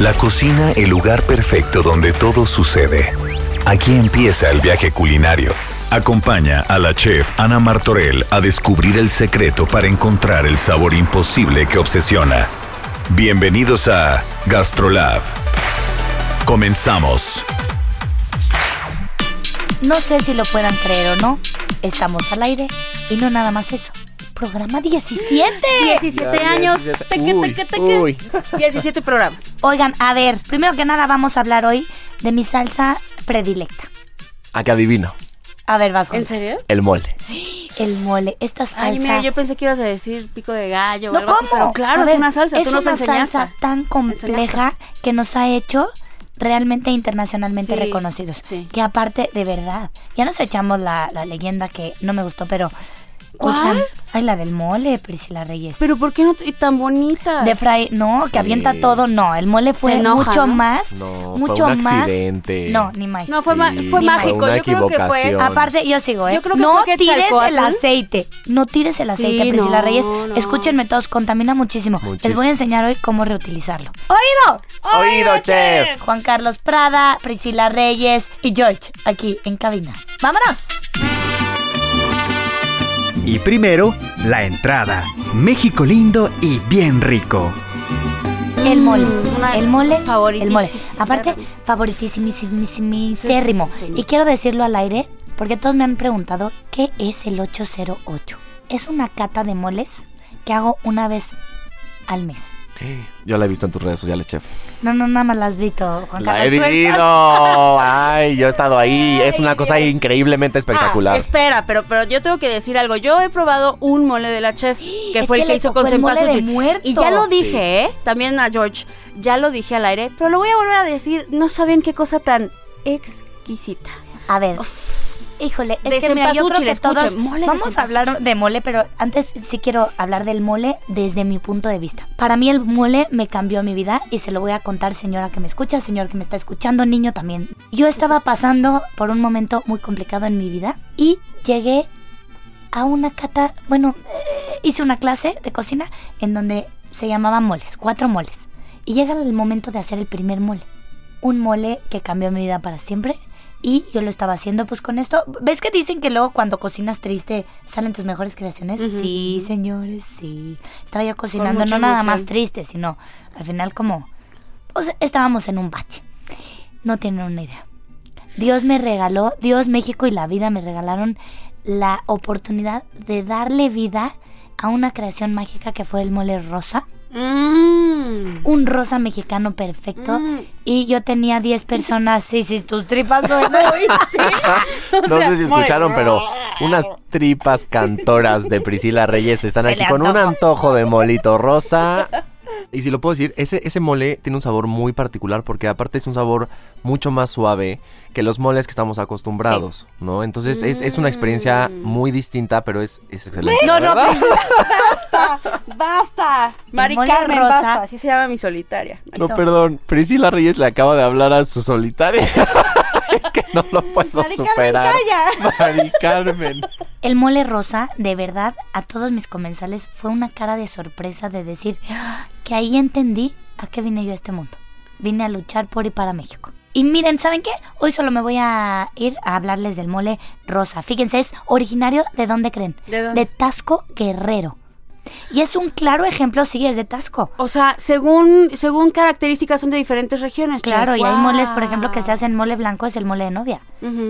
La cocina, el lugar perfecto donde todo sucede. Aquí empieza el viaje culinario. Acompaña a la chef Ana Martorell a descubrir el secreto para encontrar el sabor imposible que obsesiona. Bienvenidos a Gastrolab. Comenzamos. No sé si lo puedan creer o no, estamos al aire y no nada más eso. Programa 17. 17 Ya, años. 17. Teque, Uy, teque, teque. uy. 17 programas. Oigan, a ver, primero que nada vamos a hablar hoy de mi salsa predilecta. A que adivino. A ver, vas ¿En serio? El molde. El mole, esta salsa. Ay, mira, yo pensé que ibas a decir pico de gallo. o No, algo así, ¿cómo? pero claro, A es ver, una salsa. Es Tú nos una enseñaste. salsa tan compleja que nos ha hecho realmente internacionalmente Sí, reconocidos. sí. Que aparte, de verdad, ya nos echamos la, la leyenda que no me gustó, pero... ¿Cuál? oigan, ay, la del mole, Priscila Reyes. Pero ¿por qué no? t- Y tan bonita. De fray, no, que avienta todo, no, el mole fue Se enoja, mucho ¿no? más, No, fue mucho un más. accidente. No, ni más. no, fue, Sí, ma- fue fue una mágico. Yo creo que fue. equivocación. Aparte, yo sigo, ¿eh? Yo creo que no fue que tires el Quetzalcóatl. aceite. No tires el aceite, Sí, Priscila no, Reyes. no. Escúchenme todos, contamina muchísimo. Les Muchísimo. voy a enseñar hoy cómo reutilizarlo. ¡Oído! Oído, chef. Juan Carlos Prada, Priscila Reyes y George, aquí en cabina. ¡Vámonos! Y primero, la entrada. México lindo y bien rico. El mole. una el mole. favoritis- El mole. Aparte, favoritísimísimo. Y quiero decirlo al aire, porque todos me han preguntado, ¿qué es el 808? Es una cata de moles que hago una vez al mes. Yo la he visto en tus redes sociales, chef. No, no, nada más las visto, Juan La Carlos, he tú estás- vivido. Ay, yo he estado ahí. Es una cosa increíblemente Ah, espectacular. espera, pero, pero yo tengo que decir algo. Yo he probado un mole de la chef, que Es fue que el que le hizo tocó con el mole Senpazo de Chil- muerto. Y ya lo dije, ¿eh? También a George. Ya lo dije al aire, pero lo voy a volver a decir. No saben qué cosa tan exquisita. A ver. Híjole, es De que mira, yo creo cempasúchil, que escuchen, todos mole de vamos a cempasúchil. hablar de mole, pero antes sí quiero hablar del mole desde mi punto de vista. Para mí el mole me cambió mi vida y se lo voy a contar, señora que me escucha, señor que me está escuchando, niño también. Yo estaba pasando por un momento muy complicado en mi vida y llegué a una cata, bueno, eh, hice una clase de cocina en donde se llamaban moles, cuatro moles. Y llega el momento de hacer el primer mole. Un mole que cambió mi vida para siempre. Y yo lo estaba haciendo pues con esto. ¿Ves que dicen que luego cuando cocinas triste salen tus mejores creaciones? Sí, señores, sí. Estaba yo cocinando no mucha nada ilusión. más triste, sino al final como... O sea, estábamos en un bache. No tienen una idea. Dios me regaló, Dios, México y la vida me regalaron la oportunidad de darle vida a una creación mágica que fue el mole rosa. Mmm. Un rosa mexicano perfecto. Mm. Y yo tenía 10 personas. Sí, sí, tus tripas duelen. No sé si escucharon, pero unas tripas cantoras de Priscila Reyes están Se aquí le con un antojó. antojo de molito rosa. Y si lo puedo decir, ese, ese mole tiene un sabor muy particular porque aparte es un sabor mucho más suave que los moles que estamos acostumbrados, ¿no? Entonces es, es una experiencia muy distinta, pero es, es excelente. No, no, pues, ¡Basta! Mari mole Carmen, rosa. basta. Así se llama mi solitaria. No, perdón. Priscila Reyes le acaba de hablar a su solitaria. es que no lo puedo Mari Carmen, superar. calla. Mari Carmen. El mole rosa, de verdad, a todos mis comensales fue una cara de sorpresa de decir "Ah, que ahí entendí a qué vine yo a este mundo. Vine a luchar por y para México. Y miren, ¿saben qué? Hoy solo me voy a ir a hablarles del mole rosa. Fíjense, es originario de dónde creen? ¿De dónde? de Tasco Guerrero. Y es un claro ejemplo, sí, es de Tasco. O sea, según, según características son de diferentes regiones. chef. Claro, y hay Guau. moles, por ejemplo, que se hacen mole blanco, es el mole de novia.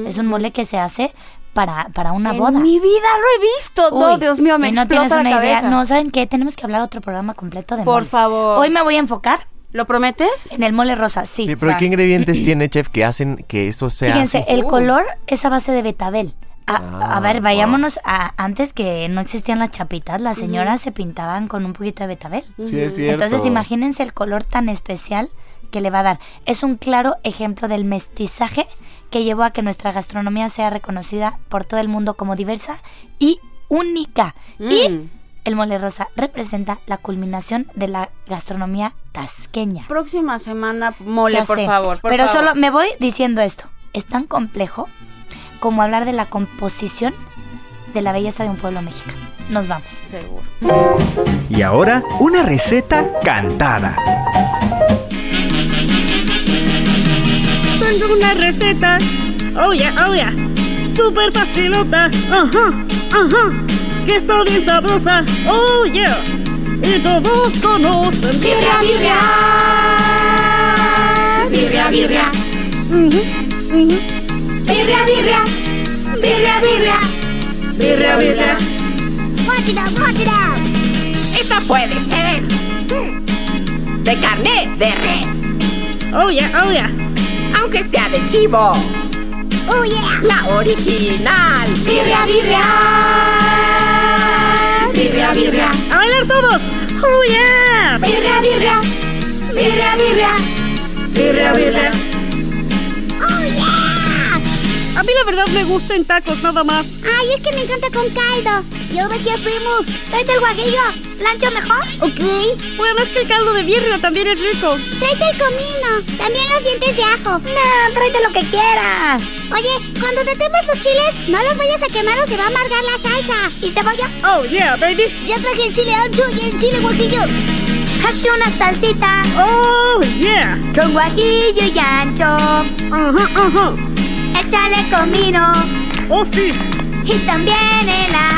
Es un mole que se hace para, para una En boda. mi vida lo he visto. Uy, no, Dios mío, me y no explota tienes una la cabeza. idea. No, ¿saben qué? Tenemos que hablar otro programa completo de Por moles. favor. Hoy me voy a enfocar ¿Lo prometes? en el mole rosa, sí. Oye, pero ¿qué ingredientes tiene, chef, que hacen que eso sea Fíjense, así? Uh, el color es a base de betabel. A, a ver, vayámonos a antes que no existían las chapitas, las señoras se pintaban con un poquito de betabel. Sí, es cierto. Entonces imagínense el color tan especial que le va a dar. Es un claro ejemplo del mestizaje que llevó a que nuestra gastronomía sea reconocida por todo el mundo como diversa y única. Y Mm. el mole rosa representa la culminación de la gastronomía tasqueña. Próxima semana, mole, Ya por sé, favor. por pero favor. solo me voy diciendo esto. Es tan complejo como hablar de la composición de la belleza de un pueblo mexicano. Nos vamos. Seguro. Y ahora, una receta cantada. Tengo una receta, oh yeah, oh yeah, super facilota, ajá, ajá, que está bien sabrosa, oh yeah, y todos conocen. Birria, birria, birria, birria, Birria, birria, birria, birria. birria, birria. Watch it out, watch it out. Esta puede ser mm, de carne de res. Oh yeah, oh yeah. Aunque sea de chivo. Oh yeah, La original. Birria, birria. Birria, birria. A bailar todos. Oh yeah. birria, birria, birria, birria. Birria, birria. Oh yeah. A mí la verdad me gusta en tacos nada más. Ay, es que me encanta con caldo. Y ahora qué hacemos? Tráete el guajillo. ¿Lancho mejor? Ok. Bueno, es que el caldo de birria también es rico. Tráete el comino. También los dientes de ajo. No, tráete lo que quieras. Oye, cuando te temas los chiles, no los vayas a quemar o se va a amargar la salsa. ¿Y cebolla? Oh yeah, baby. Yo traje el chile ancho y el chile guajillo. Hazte una salsita Oh yeah. con guajillo y ancho. Ajá, ajá. Échale comino Oh sí. y también el ajo.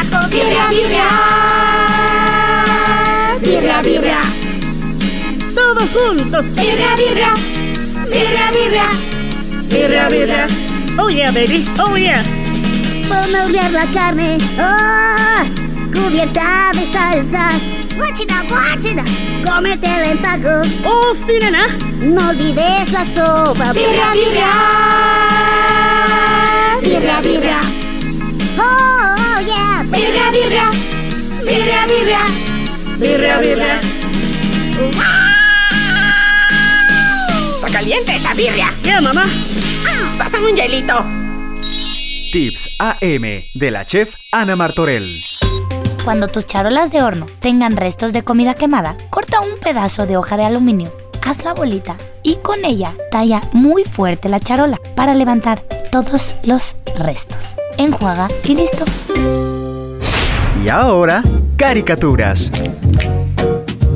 Birria, birria. Todos juntos. Birria, birria. Birria, birria. Birria, birria. Oh yeah, baby. Oh yeah. Pon a hornear la carne. ¡Ah! Cubierta de salsa. Guachina, guachina. Cómetela en tacos. Oh sí, nena. No olvides la sopa. Birria, birria. Birria, birria. Oh, oh, yeah. Birria, birria. Birria, birria. Birria, birria. ¡Wow! Caliente esa birria. Yeah, mamá. Pásame un hielito. Tips AM de la chef Ana Martorell. Cuando tus charolas de horno tengan restos de comida quemada, corta un pedazo de hoja de aluminio, haz la bolita y con ella talla muy fuerte la charola para levantar todos los restos. Enjuaga y listo. Y ahora, caricaturas.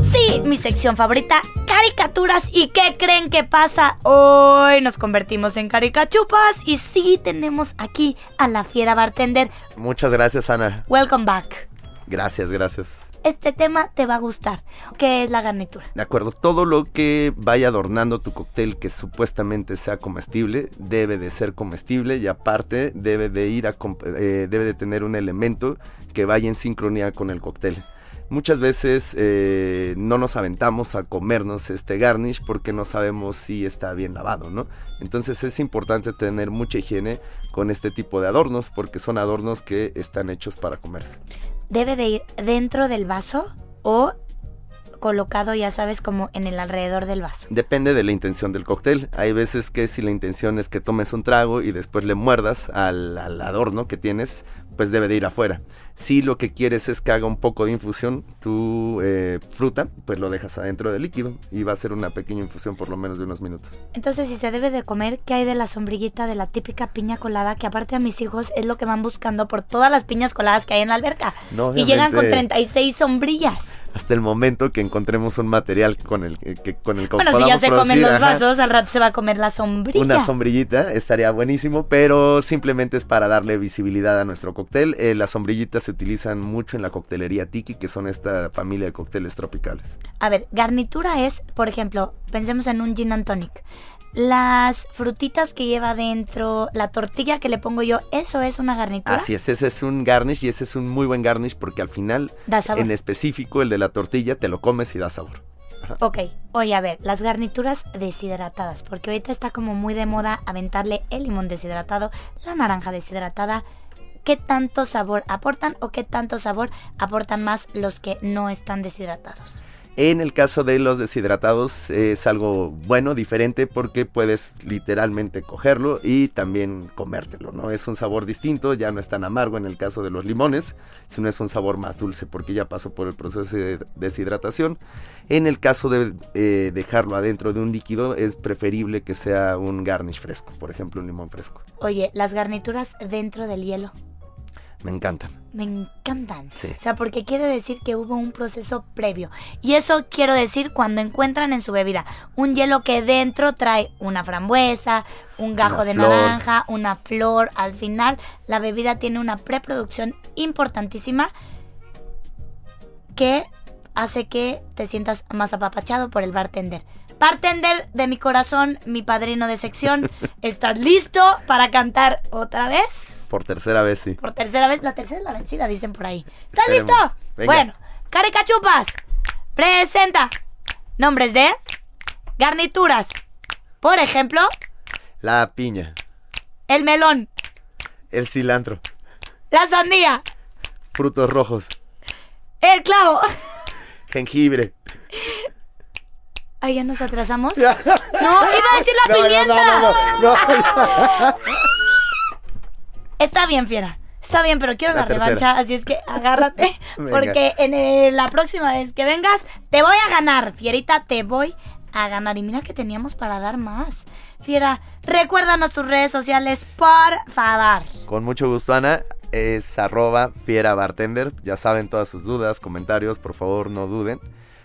Sí, mi sección favorita, caricaturas. ¿Y qué creen que pasa? Hoy nos convertimos en caricachupas y sí tenemos aquí a la fiera bartender. Muchas gracias, Ana. Welcome back. Gracias, gracias. Este tema te va a gustar. ¿Qué es la garnitura? De acuerdo, todo lo que vaya adornando tu cóctel que supuestamente sea comestible, debe de ser comestible y aparte debe de ir a comp- eh, debe de tener un elemento que vaya en sincronía con el cóctel. Muchas veces eh, no nos aventamos a comernos este garnish porque no sabemos si está bien lavado, ¿no? Entonces es importante tener mucha higiene con este tipo de adornos porque son adornos que están hechos para comerse. debe de ir dentro del vaso o colocado, ya sabes, como en el alrededor del vaso. Depende de la intención del cóctel. Hay veces que si la intención es que tomes un trago y después le muerdas al, al adorno que tienes, pues debe de ir afuera. Si lo que quieres es que haga un poco de infusión, tu eh, fruta, pues lo dejas adentro del líquido y va a ser una pequeña infusión por lo menos de unos minutos. Entonces, si se debe de comer, ¿qué hay de la sombrillita de la típica piña colada? Que aparte a mis hijos es lo que van buscando por todas las piñas coladas que hay en la alberca. No, y llegan con obviamente. 36 sombrillas. Hasta el momento que encontremos un material con el eh, que, que- con el que Bueno, si ya podamos se comen producir, los ajá, vasos, al rato se va a comer la sombrilla. Una sombrillita estaría buenísimo, pero simplemente es para darle visibilidad a nuestro cóctel. Eh, las sombrillitas se utilizan mucho en la coctelería tiki, que son esta familia de cócteles tropicales. A ver, garnitura es, por ejemplo, pensemos en un gin and tonic. Las frutitas que lleva dentro, la tortilla que le pongo yo, eso es una garnitura. Así es, ese es un garnish y ese es un muy buen garnish porque al final, Da sabor. en específico el de la tortilla, te lo comes y da sabor. Ok, oye, a ver, las garnituras deshidratadas, porque ahorita está como muy de moda aventarle el limón deshidratado, la naranja deshidratada. qué tanto sabor aportan o qué tanto sabor aportan más los que no están deshidratados. En el caso de los deshidratados es algo bueno, diferente, porque puedes literalmente cogerlo y también comértelo, ¿no? Es un sabor distinto, ya no es tan amargo en el caso de los limones, sino es un sabor más dulce porque ya pasó por el proceso de deshidratación. En el caso de eh, dejarlo adentro de un líquido es preferible que sea un garnish fresco, por ejemplo un limón fresco. Oye, las garnituras dentro del hielo. Me encantan. Me encantan. O sea, porque quiere decir que hubo un proceso previo. Y eso quiero decir cuando encuentran en su bebida un hielo que dentro trae una frambuesa, un gajo Una de flor. naranja, una flor. Al final, la bebida tiene una preproducción importantísima que hace que te sientas más apapachado por el bartender. Bartender de mi corazón, mi padrino de sección, ¿estás listo para cantar otra vez? Por tercera vez, sí. Por tercera vez, la tercera es la vencida, dicen por ahí. ¿Estás listo? Esperemos. Venga. Bueno, Caricachupas, presenta nombres de garnituras. Por ejemplo, La piña, el melón, el cilantro, la sandía, frutos rojos, el clavo. jengibre. Ay, ya nos atrasamos. No, iba a decir la No, no, pimienta. no, no, no, no. Está bien, fiera. Está bien, pero quiero la, La tercera. revancha, así es que agárrate. Venga. Porque en eh, la próxima vez que vengas, te voy a ganar. Fierita, te voy a ganar. Y mira que teníamos para dar más. Fiera, recuérdanos tus redes sociales, por favor. Con mucho gusto, Ana. Es arroba fiera bartender. Ya saben todas sus dudas, comentarios, por favor, no duden.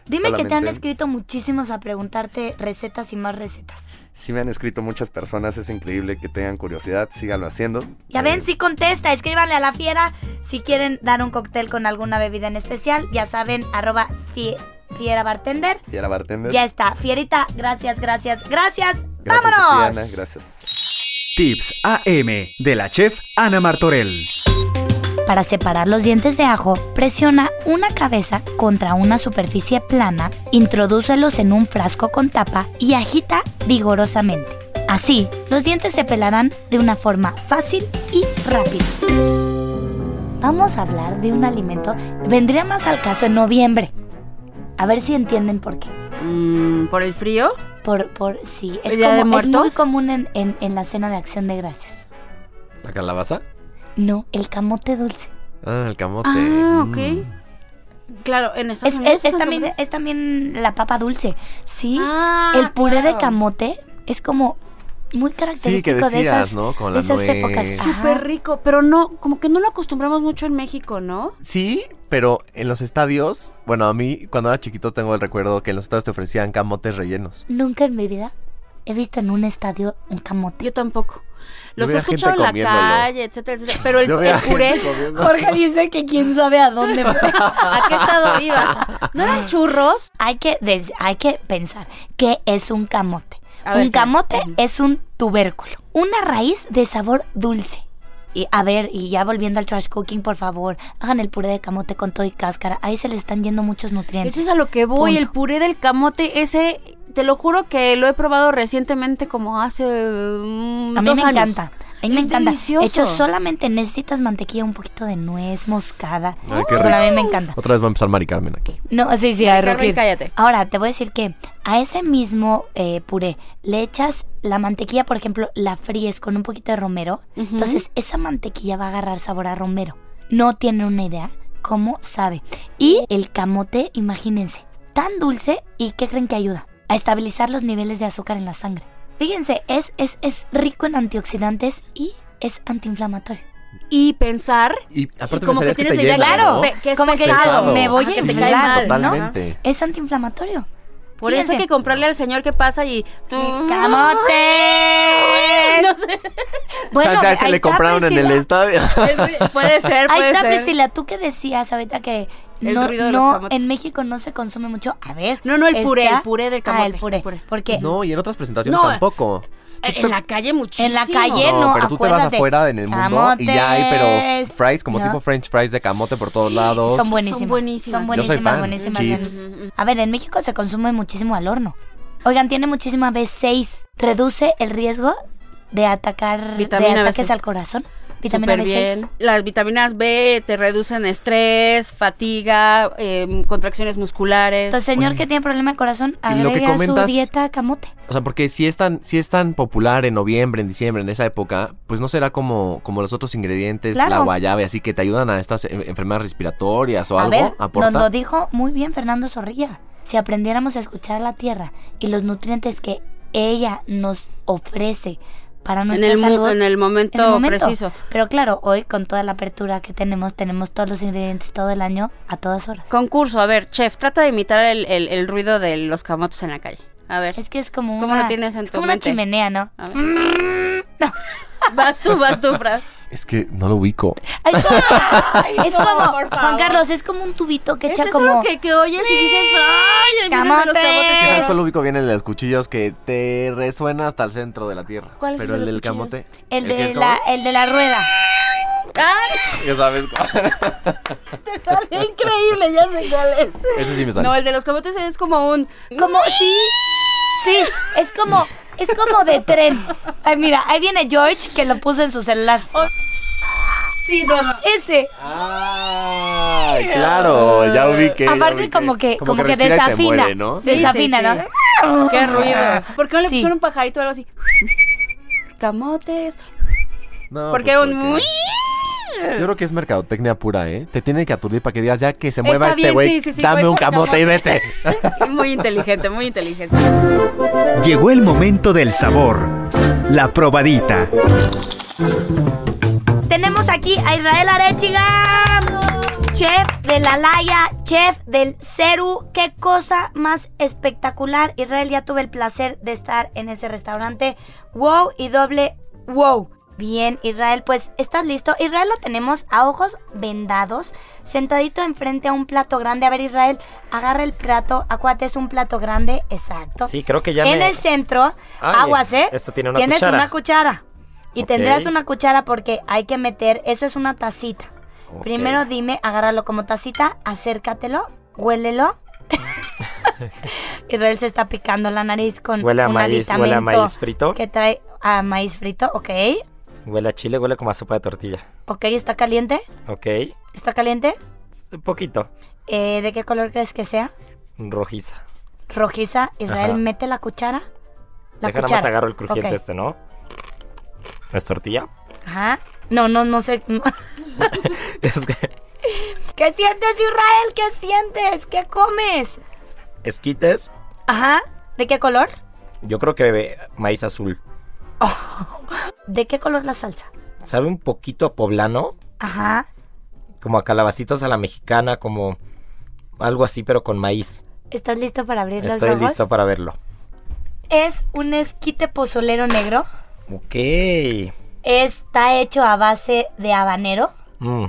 Dime que te han Solamente- escrito muchísimos a preguntarte recetas y más recetas. Sí me han escrito muchas personas, es increíble que tengan curiosidad, síganlo haciendo. Eh, Ya ven, sí contesta, escríbanle a la fiera si quieren dar un cóctel con alguna bebida en especial. Ya saben, arroba fie- fiera bartender. Fiera bartender. Ya está, fierita, gracias, gracias, gracias. Gracias a ti, ¡Vámonos! Ana, gracias. Tips AM de la chef Ana Martorell. Para separar los dientes de ajo, presiona una cabeza contra una superficie plana, introdúcelos en un frasco con tapa y agita vigorosamente. Así, los dientes se pelarán de una forma fácil y rápida. Vamos a hablar de un alimento, vendría más al caso en noviembre. A ver si entienden por qué. ¿Por el frío? Por, por, sí. Es, ¿El Día como- de es muy Muertos? común en, en- en la cena de acción de gracias. ¿La calabaza? No, el camote dulce. Ah, el camote. Ah, Mm. ok. Claro, en Estados Es, Unidos es- es usan también, camote. es también la papa dulce, ¿sí? Ah, el puré de claro. camote es como muy característico de decías, esas, ¿no? Con de la esas nuez. épocas. Ajá. Súper rico, pero no, como que no lo acostumbramos mucho en México, ¿no? Sí, pero en los estadios, bueno, a mí cuando era chiquito tengo el recuerdo que en los estadios te ofrecían camotes rellenos. Nunca en mi vida he visto en un estadio un camote. Yo tampoco. Los he veía gente escuchado en la comiéndolo. calle, etcétera, etcétera. Pero el, Yo veía el puré, gente comiendo. Jorge dice que quién sabe a dónde fue. ¿a qué estado iba? ¿No eran churros? hay que des- hay que pensar qué es un camote. A ver, un ¿qué? camote Ujú. es un tubérculo, una raíz de sabor dulce. Y a ver, y ya volviendo al trash cooking, por favor, hagan el puré de camote con todo y cáscara. Ahí se le están yendo muchos nutrientes. Eso es a lo que voy, Punto. el puré del camote, ese, te lo juro que lo he probado recientemente como hace mm, A mí dos me años. encanta. A mí me Es encanta. delicioso. Hecho, solamente necesitas mantequilla, un poquito de nuez moscada. Ay, qué Pero a mí rico. me encanta. Otra vez va a empezar Mari Carmen aquí. No, sí, sí, a Carmen, rugir. cállate. Ahora, te voy a decir que a ese mismo eh, puré le echas la mantequilla, por ejemplo, la fríes con un poquito de romero. Entonces, esa mantequilla va a agarrar sabor a romero. No tienen una idea cómo sabe. Y el camote, imagínense, tan dulce y ¿qué creen que ayuda? A estabilizar los niveles de azúcar en la sangre. Fíjense, es, es, es rico en antioxidantes y es antiinflamatorio. Y pensar Y aparte Y como pensarías que tienes la te idea, llena, claro, ¿no? pe- que es como que pesado. claro, me voy Ajá, a que te cae inflar, mal, ¿no? Totalmente. Es antiinflamatorio. Por eso Fíjense. hay que comprarle al señor que pasa y... ¡Camote! No sé. Chance, a ese ahí le está, compraron en el este. Priscila. estadio. Puede ser, Ahí puede está, ser. Priscila, tú que decías ahorita que El no, ruido de no, los camotes. en México no se consume mucho. A ver. No, no, el puré, está- el puré del Ah, camote. el puré. puré. Porque No, y en otras presentaciones Eh, No, tampoco. En la calle muchísimo. en la calle no, No, pero tú te vas acuérdate. afuera en el mundo y ya hay, Camotes. pero fries, como No. tipo french fries de camote por todos lados. Son buenísimas. Son buenísimas. buenísimas. Son Yo soy buenísimas, fan. buenísimas. Chips. A ver, en México se consume muchísimo al horno. Oigan, tiene muchísima B6. Reduce el riesgo de atacar, Vitamina de ataques B6. al corazón. Vitamina súper B6. bien. Las vitaminas B te reducen estrés, fatiga, em, contracciones musculares. Entonces, señor que tiene problema de corazón, Y lo que agrega a su comentas- dieta camote. O sea, porque si es tan, si es tan popular en noviembre, en diciembre, en esa época, pues no será como, como los otros ingredientes, la Claro. guayaba, y así que te ayudan a estas en- enfermedades respiratorias o a algo. ver, aporta. nos lo dijo muy bien Fernando Zorrilla. Si aprendiéramos a escuchar la tierra y los nutrientes que ella nos ofrece para nuestra el mo- salud. en el momento preciso. Pero claro, hoy con toda la apertura que tenemos, tenemos todos los ingredientes todo el año a todas horas. Concurso, a ver, chef, trata de imitar el, el- el ruido de los camotes en la calle. A ver. Es que es como ¿Cómo una- lo tienes en es tu como una mente? chimenea, ¿no? A ver. vas tú, vas tú, Fran. Es que no lo ubico. Ay, no, es no, como, por favor. Juan Carlos, es como un tubito que Es echa eso como... que, que oyes y dices, ¡ay! ahí vienen de los ¡Camote! camotes que ¿Sabes son". cuál ubico bien? El de los cuchillos que te resuena hasta el centro de la tierra. ¿Cuál es Pero el el, de los del cuchillos? camote. El que de, es la, como- el de la rueda. ¡Ay! Ya sabes cuál. Te salió increíble, ya sé cuál es. Ese sí me sale. No, el de los camotes es como un. Como, sí, sí, es como, es como de tren. Ay, mira, ahí viene George que lo puso en su celular. Sí, no, no. Ese. Ah, claro, ya ubiqué. ya Aparte ubiqué. como que- como que respira y se desafina. muere, ¿no? Sí, sí, Desafina, sí. ¿no? ¡Qué ruido! ¿Por qué no le Sí. pusieron un pajarito o algo así? Camotes. No, ¿Por pues, qué un muy? Yo creo que es mercadotecnia pura, ¿eh? Te tienen que aturdir para que digas ya que se mueva Está este bien, güey. sí, sí, sí, dame voy un por el camote, y vete. Muy inteligente, muy inteligente. Llegó el momento del sabor. La probadita. Tenemos aquí a Israel Arechiga, chef de la Laya, chef del Ceru. Qué cosa más espectacular. Israel, ya tuve el placer de estar en ese restaurante. Wow y doble wow. Bien, Israel, pues estás listo. Israel lo tenemos a ojos vendados, sentadito enfrente a un plato grande. A ver, Israel, agarra el plato. Acuate es un plato grande, exacto. Sí, creo que ya En me- el centro, Ay, aguas, ¿eh? esto tiene una Tienes cuchara. una cuchara. Y Ok. tendrás una cuchara porque hay que meter, eso es una tacita. Ok. Primero dime, agárralo como tacita, acércatelo, huélelo. Israel se está picando la nariz con Huele a un maíz, huele a aditamento maíz frito. Que trae a maíz frito, ok. Huele a chile, huele como a sopa de tortilla. Ok, ¿está caliente? Ok. ¿Está caliente? Un poquito. Eh, ¿De qué color crees que sea? Rojiza. Rojiza, Israel, Ajá. mete la cuchara. La Deja nada cuchara. más agarro el crujiente Ok. este, ¿no? ¿Es tortilla? Ajá. No, no, no sé. Es, que- ¿Qué sientes, Israel? ¿Qué sientes? ¿Qué comes? esquites. Ajá. ¿De qué color? Yo creo que eh, maíz azul. ¿De qué color la salsa? Sabe un poquito a poblano, Ajá. como a calabacitos a la mexicana, como algo así, pero con maíz. ¿Estás listo para abrir los Estoy ojos? listo para verlo. Es un esquite pozolero negro. Ok. Está hecho a base de habanero. Mm,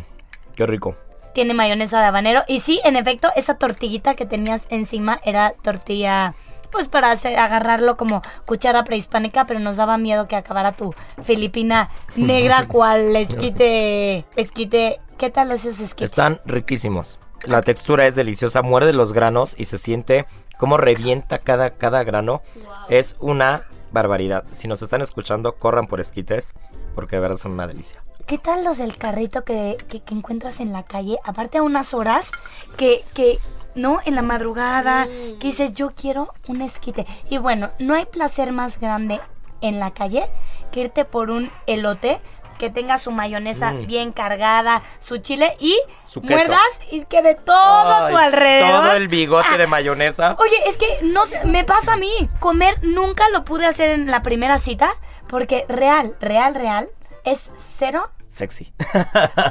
qué rico. Tiene mayonesa de habanero. Y sí, en efecto, esa tortillita que tenías encima era tortilla... Pues para hacer- agarrarlo como cuchara prehispánica, pero nos daba miedo que acabara tu filipina negra cual esquite... Esquite... ¿Qué tal esos esquites? Están riquísimos. La textura es deliciosa, muerde los granos y se siente cómo revienta cada, cada grano. Es una barbaridad. Si nos están escuchando, corran por esquites, porque de verdad son una delicia. ¿Qué tal los del carrito que, que- que encuentras en la calle? Aparte a unas horas que, que, ¿no? En la madrugada, que dices, yo quiero un esquite. Y bueno, no hay placer más grande en la calle que irte por un elote que tenga su mayonesa Mm. bien cargada, su chile y Su queso. muerdas y que de todo Ay, tu alrededor. Todo el bigote de Ah. mayonesa. Oye, es que no sé, me pasa a mí. Comer nunca lo pude hacer en la primera cita porque real, real, real es cero Sexy.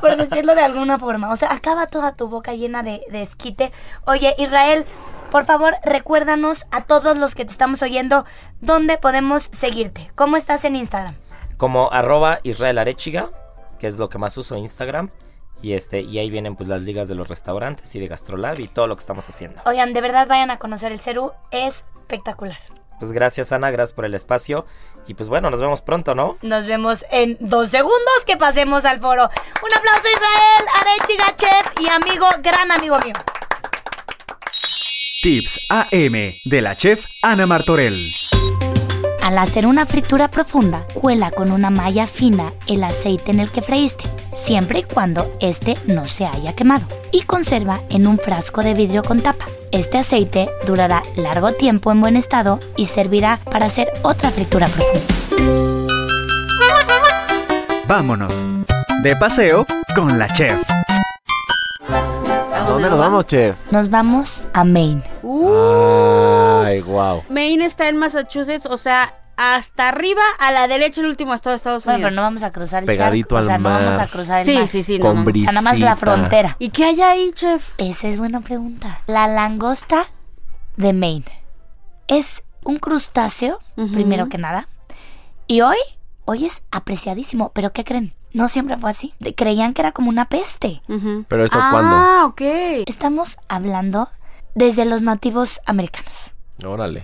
por decirlo de alguna forma. O sea, acaba toda tu boca llena de, de esquite. Oye, Israel, por favor, recuérdanos a todos los que te estamos oyendo dónde podemos seguirte. ¿Cómo estás en Instagram? Como arroba Israel Arechiga, que es lo que más uso Instagram. Y, este, y ahí vienen pues las ligas de los restaurantes y de Gastrolab y todo lo que estamos haciendo. Oigan, de verdad vayan a conocer el Cerú. Es espectacular. Pues gracias Ana, gracias por el espacio. Y pues bueno, nos vemos pronto, ¿no? Nos vemos en dos segundos que pasemos al foro. Un aplauso, Israel, Arechiga, chef y amigo, gran amigo mío. Tips AM de la chef Ana Martorell. Al hacer una fritura profunda, cuela con una malla fina el aceite en el que freíste, siempre y cuando este no se haya quemado, y conserva en un frasco de vidrio con tapa. Este aceite durará largo tiempo en buen estado y servirá para hacer otra fritura profunda. Vámonos. De paseo con la chef. ¿A dónde nos vamos, chef? Nos vamos a Maine. Ay, wow. Uh, Maine está en Massachusetts, o sea, hasta arriba, a la derecha, el último estado de Estados Unidos. Bueno, pero no vamos a cruzar el Pegadito charco, al o sea, mar. no vamos a cruzar el Sí, mar. sí, sí, no, Con no, no. O sea, nada más la brisita. frontera. ¿Y qué hay ahí, chef? Esa es buena pregunta. La langosta de Maine es un crustáceo, primero que nada. Y hoy, hoy es apreciadísimo. ¿Pero qué creen? No siempre fue así. De- Creían que era como una peste. Mm. Pero esto Ah. cuándo? Ah, ok. Estamos hablando desde los nativos americanos. Órale.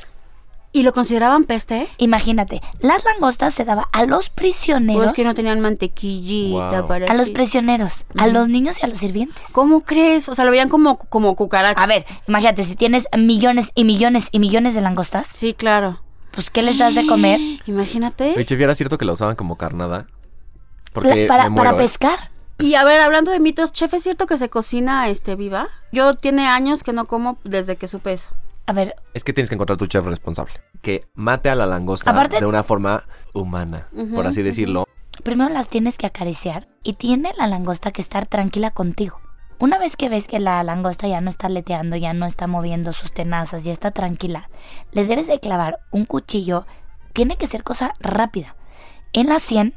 ¿Y lo consideraban peste? Imagínate, las langostas se daba a los prisioneros. Pues que no tenían mantequillita Wow. para A los así. prisioneros, a Ujú. los niños y a los sirvientes. ¿Cómo crees? O sea, lo veían como, como cucaracha. A ver, imagínate, si tienes millones y millones y millones de langostas, Sí, claro. pues ¿qué les das de comer? Oye, Imagínate. chef, ¿y ¿era cierto que la usaban como carnada? Porque ¿Eh? La- para, me muero, para ¿eh? pescar. Y a ver, hablando de mitos, chef, ¿es cierto que se cocina este viva? Yo tiene años que no como desde que supe eso. A ver, Es que tienes que encontrar tu chef responsable. Que mate a la langosta Aparte- de una forma humana, Ujú, por así ujú. decirlo. primero las tienes que acariciar y tiene la langosta que estar tranquila contigo. Una vez que ves que la langosta ya no está leteando, ya no está moviendo sus tenazas, ya está tranquila, le debes de clavar un cuchillo, tiene que ser cosa rápida, en la sien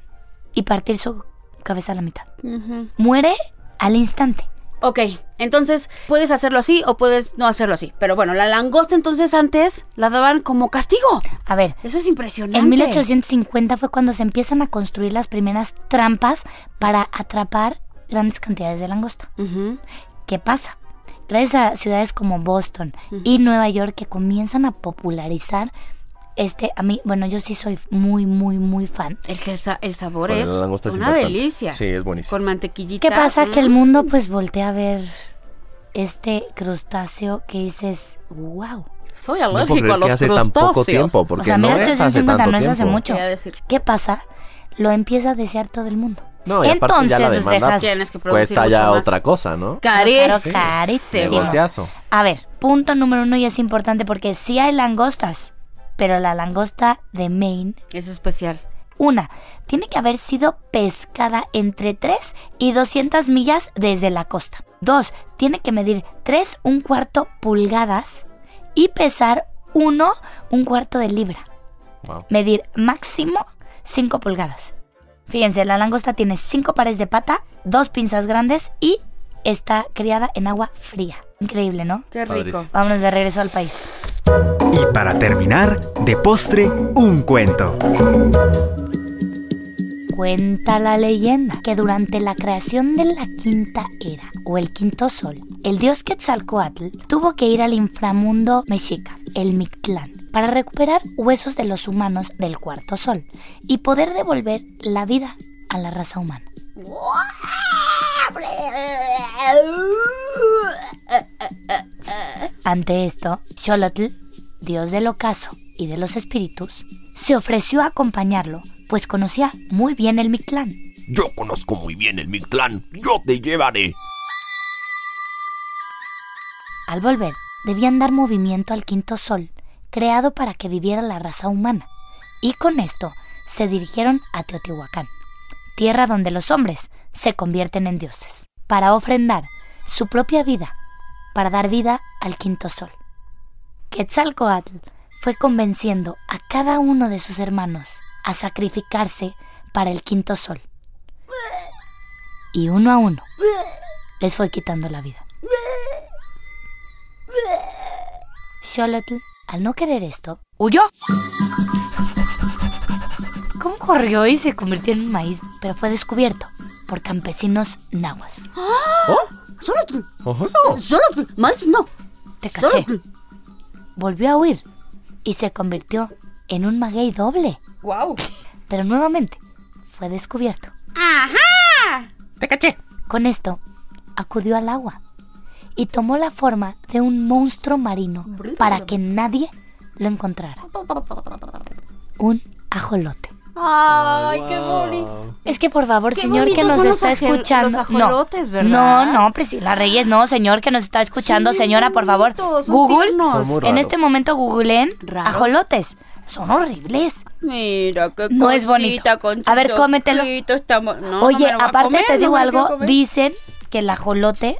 y partir su cabeza a la mitad. Muere al instante. Ok, entonces puedes hacerlo así o puedes no hacerlo así. Pero bueno, la langosta entonces antes la daban como castigo. A ver, Eso es impresionante. en 1850 fue cuando se empiezan a construir las primeras trampas para atrapar grandes cantidades de langosta. Ujú. ¿Qué pasa? Gracias a ciudades como Boston y Nueva York que comienzan a popularizar este, a mí, bueno, yo sí soy muy, muy, muy fan. El, que sa- el sabor Bueno, es la langosta es una impactante. delicia. Sí, es buenísimo. Con mantequillita. ¿Qué pasa? Que el mm. mundo pues voltea a ver este crustáceo que dices, wow. Soy No puedo alérgico creer a los que hace tan poco crustáceos. tiempo, O porque sea, no es hace 1850 tanto no es hace tiempo. mucho. Quería decir. ¿Qué pasa? Lo empieza a desear todo el mundo. No, y aparte ya la nos demanda pues, dejas- Tienes que producir cuesta mucho ya más. otra cosa, ¿no? Claro, Carísimo. carísimo. Negociazo. A ver, punto número uno y es importante porque sí hay langostas, pero la langosta de Maine, Es especial. una, tiene que haber sido pescada entre 3 y 200 millas desde la costa. Dos, tiene que medir 3 un cuarto pulgadas y pesar 1 un cuarto de libra. Wow. Medir máximo 5 pulgadas. Fíjense, la langosta tiene 5 pares de pata, dos pinzas grandes y está criada en agua fría. Increíble, ¿no? Qué rico. Padrísimo. Vámonos de regreso al país. Y para terminar, de postre, un cuento. Cuenta la leyenda que durante la creación de la quinta era o el quinto sol, el dios Quetzalcoatl tuvo que ir al inframundo mexica, el Mictlán, para recuperar huesos de los humanos del cuarto sol y poder devolver la vida a la raza humana. Ante esto, Xolotl, dios del ocaso y de los espíritus, se ofreció a acompañarlo, pues conocía muy bien el Mictlán. Yo conozco muy bien el Mictlán. Yo te llevaré. Al volver, debían dar movimiento al quinto sol, creado para que viviera la raza humana, y con esto se dirigieron a Teotihuacán, tierra donde los hombres se convierten en dioses, para ofrendar su propia vida, para dar vida al quinto sol. Quetzalcoatl fue convenciendo a cada uno de sus hermanos a sacrificarse para el quinto sol. Y uno a uno les fue quitando la vida. Xolotl, al no querer esto, huyó. ¿Cómo corrió y se convirtió en un maíz? Pero fue descubierto por campesinos nahuas. Solo tú. Solo tú. Más no. Te caché. Volvió a huir y se convirtió en un maguey doble. Wow. Pero nuevamente fue descubierto. Te caché. Con esto, acudió al agua y tomó la forma de un monstruo marino para que nadie lo encontrara. un ajolote. Ay, qué bonito. Es que por favor, Qué señor que bonitos nos son los está ajel- escuchando. los no. ajolotes, ¿verdad? No, no, Priscila Reyes, no, señor que nos está escuchando, señora, por favor. son Google, tiernos. Son muy en raros. este momento googleen ajolotes. Son horribles. Mira, qué No es cosita con A ver, sus cómetelo. ojitos, está mo- No, no Oye, me lo voy a aparte comer, te no digo me lo quiero algo, comer. dicen que el ajolote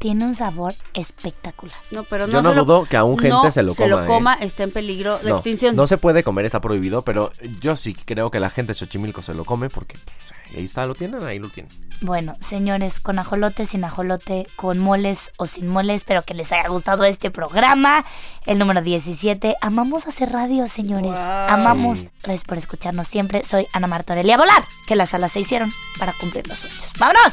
tiene un sabor espectacular. No, pero no Yo no se lo- dudo que aún gente no se lo Se coma, lo ¿eh? coma, está en peligro de No, extinción. no se puede comer, está prohibido, pero yo sí creo que la gente de Xochimilco se lo come porque pues, ahí está, lo tienen, ahí lo tienen. Bueno, señores, con ajolote, sin ajolote, con moles o sin moles, espero que les haya gustado este programa. El número 17. Amamos hacer radio, señores. Amamos. Sí. Gracias por escucharnos siempre. Soy Ana Martorelli. A volar, que las alas se hicieron para cumplir los sueños. ¡Vámonos!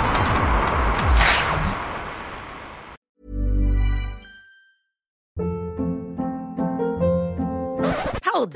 Hold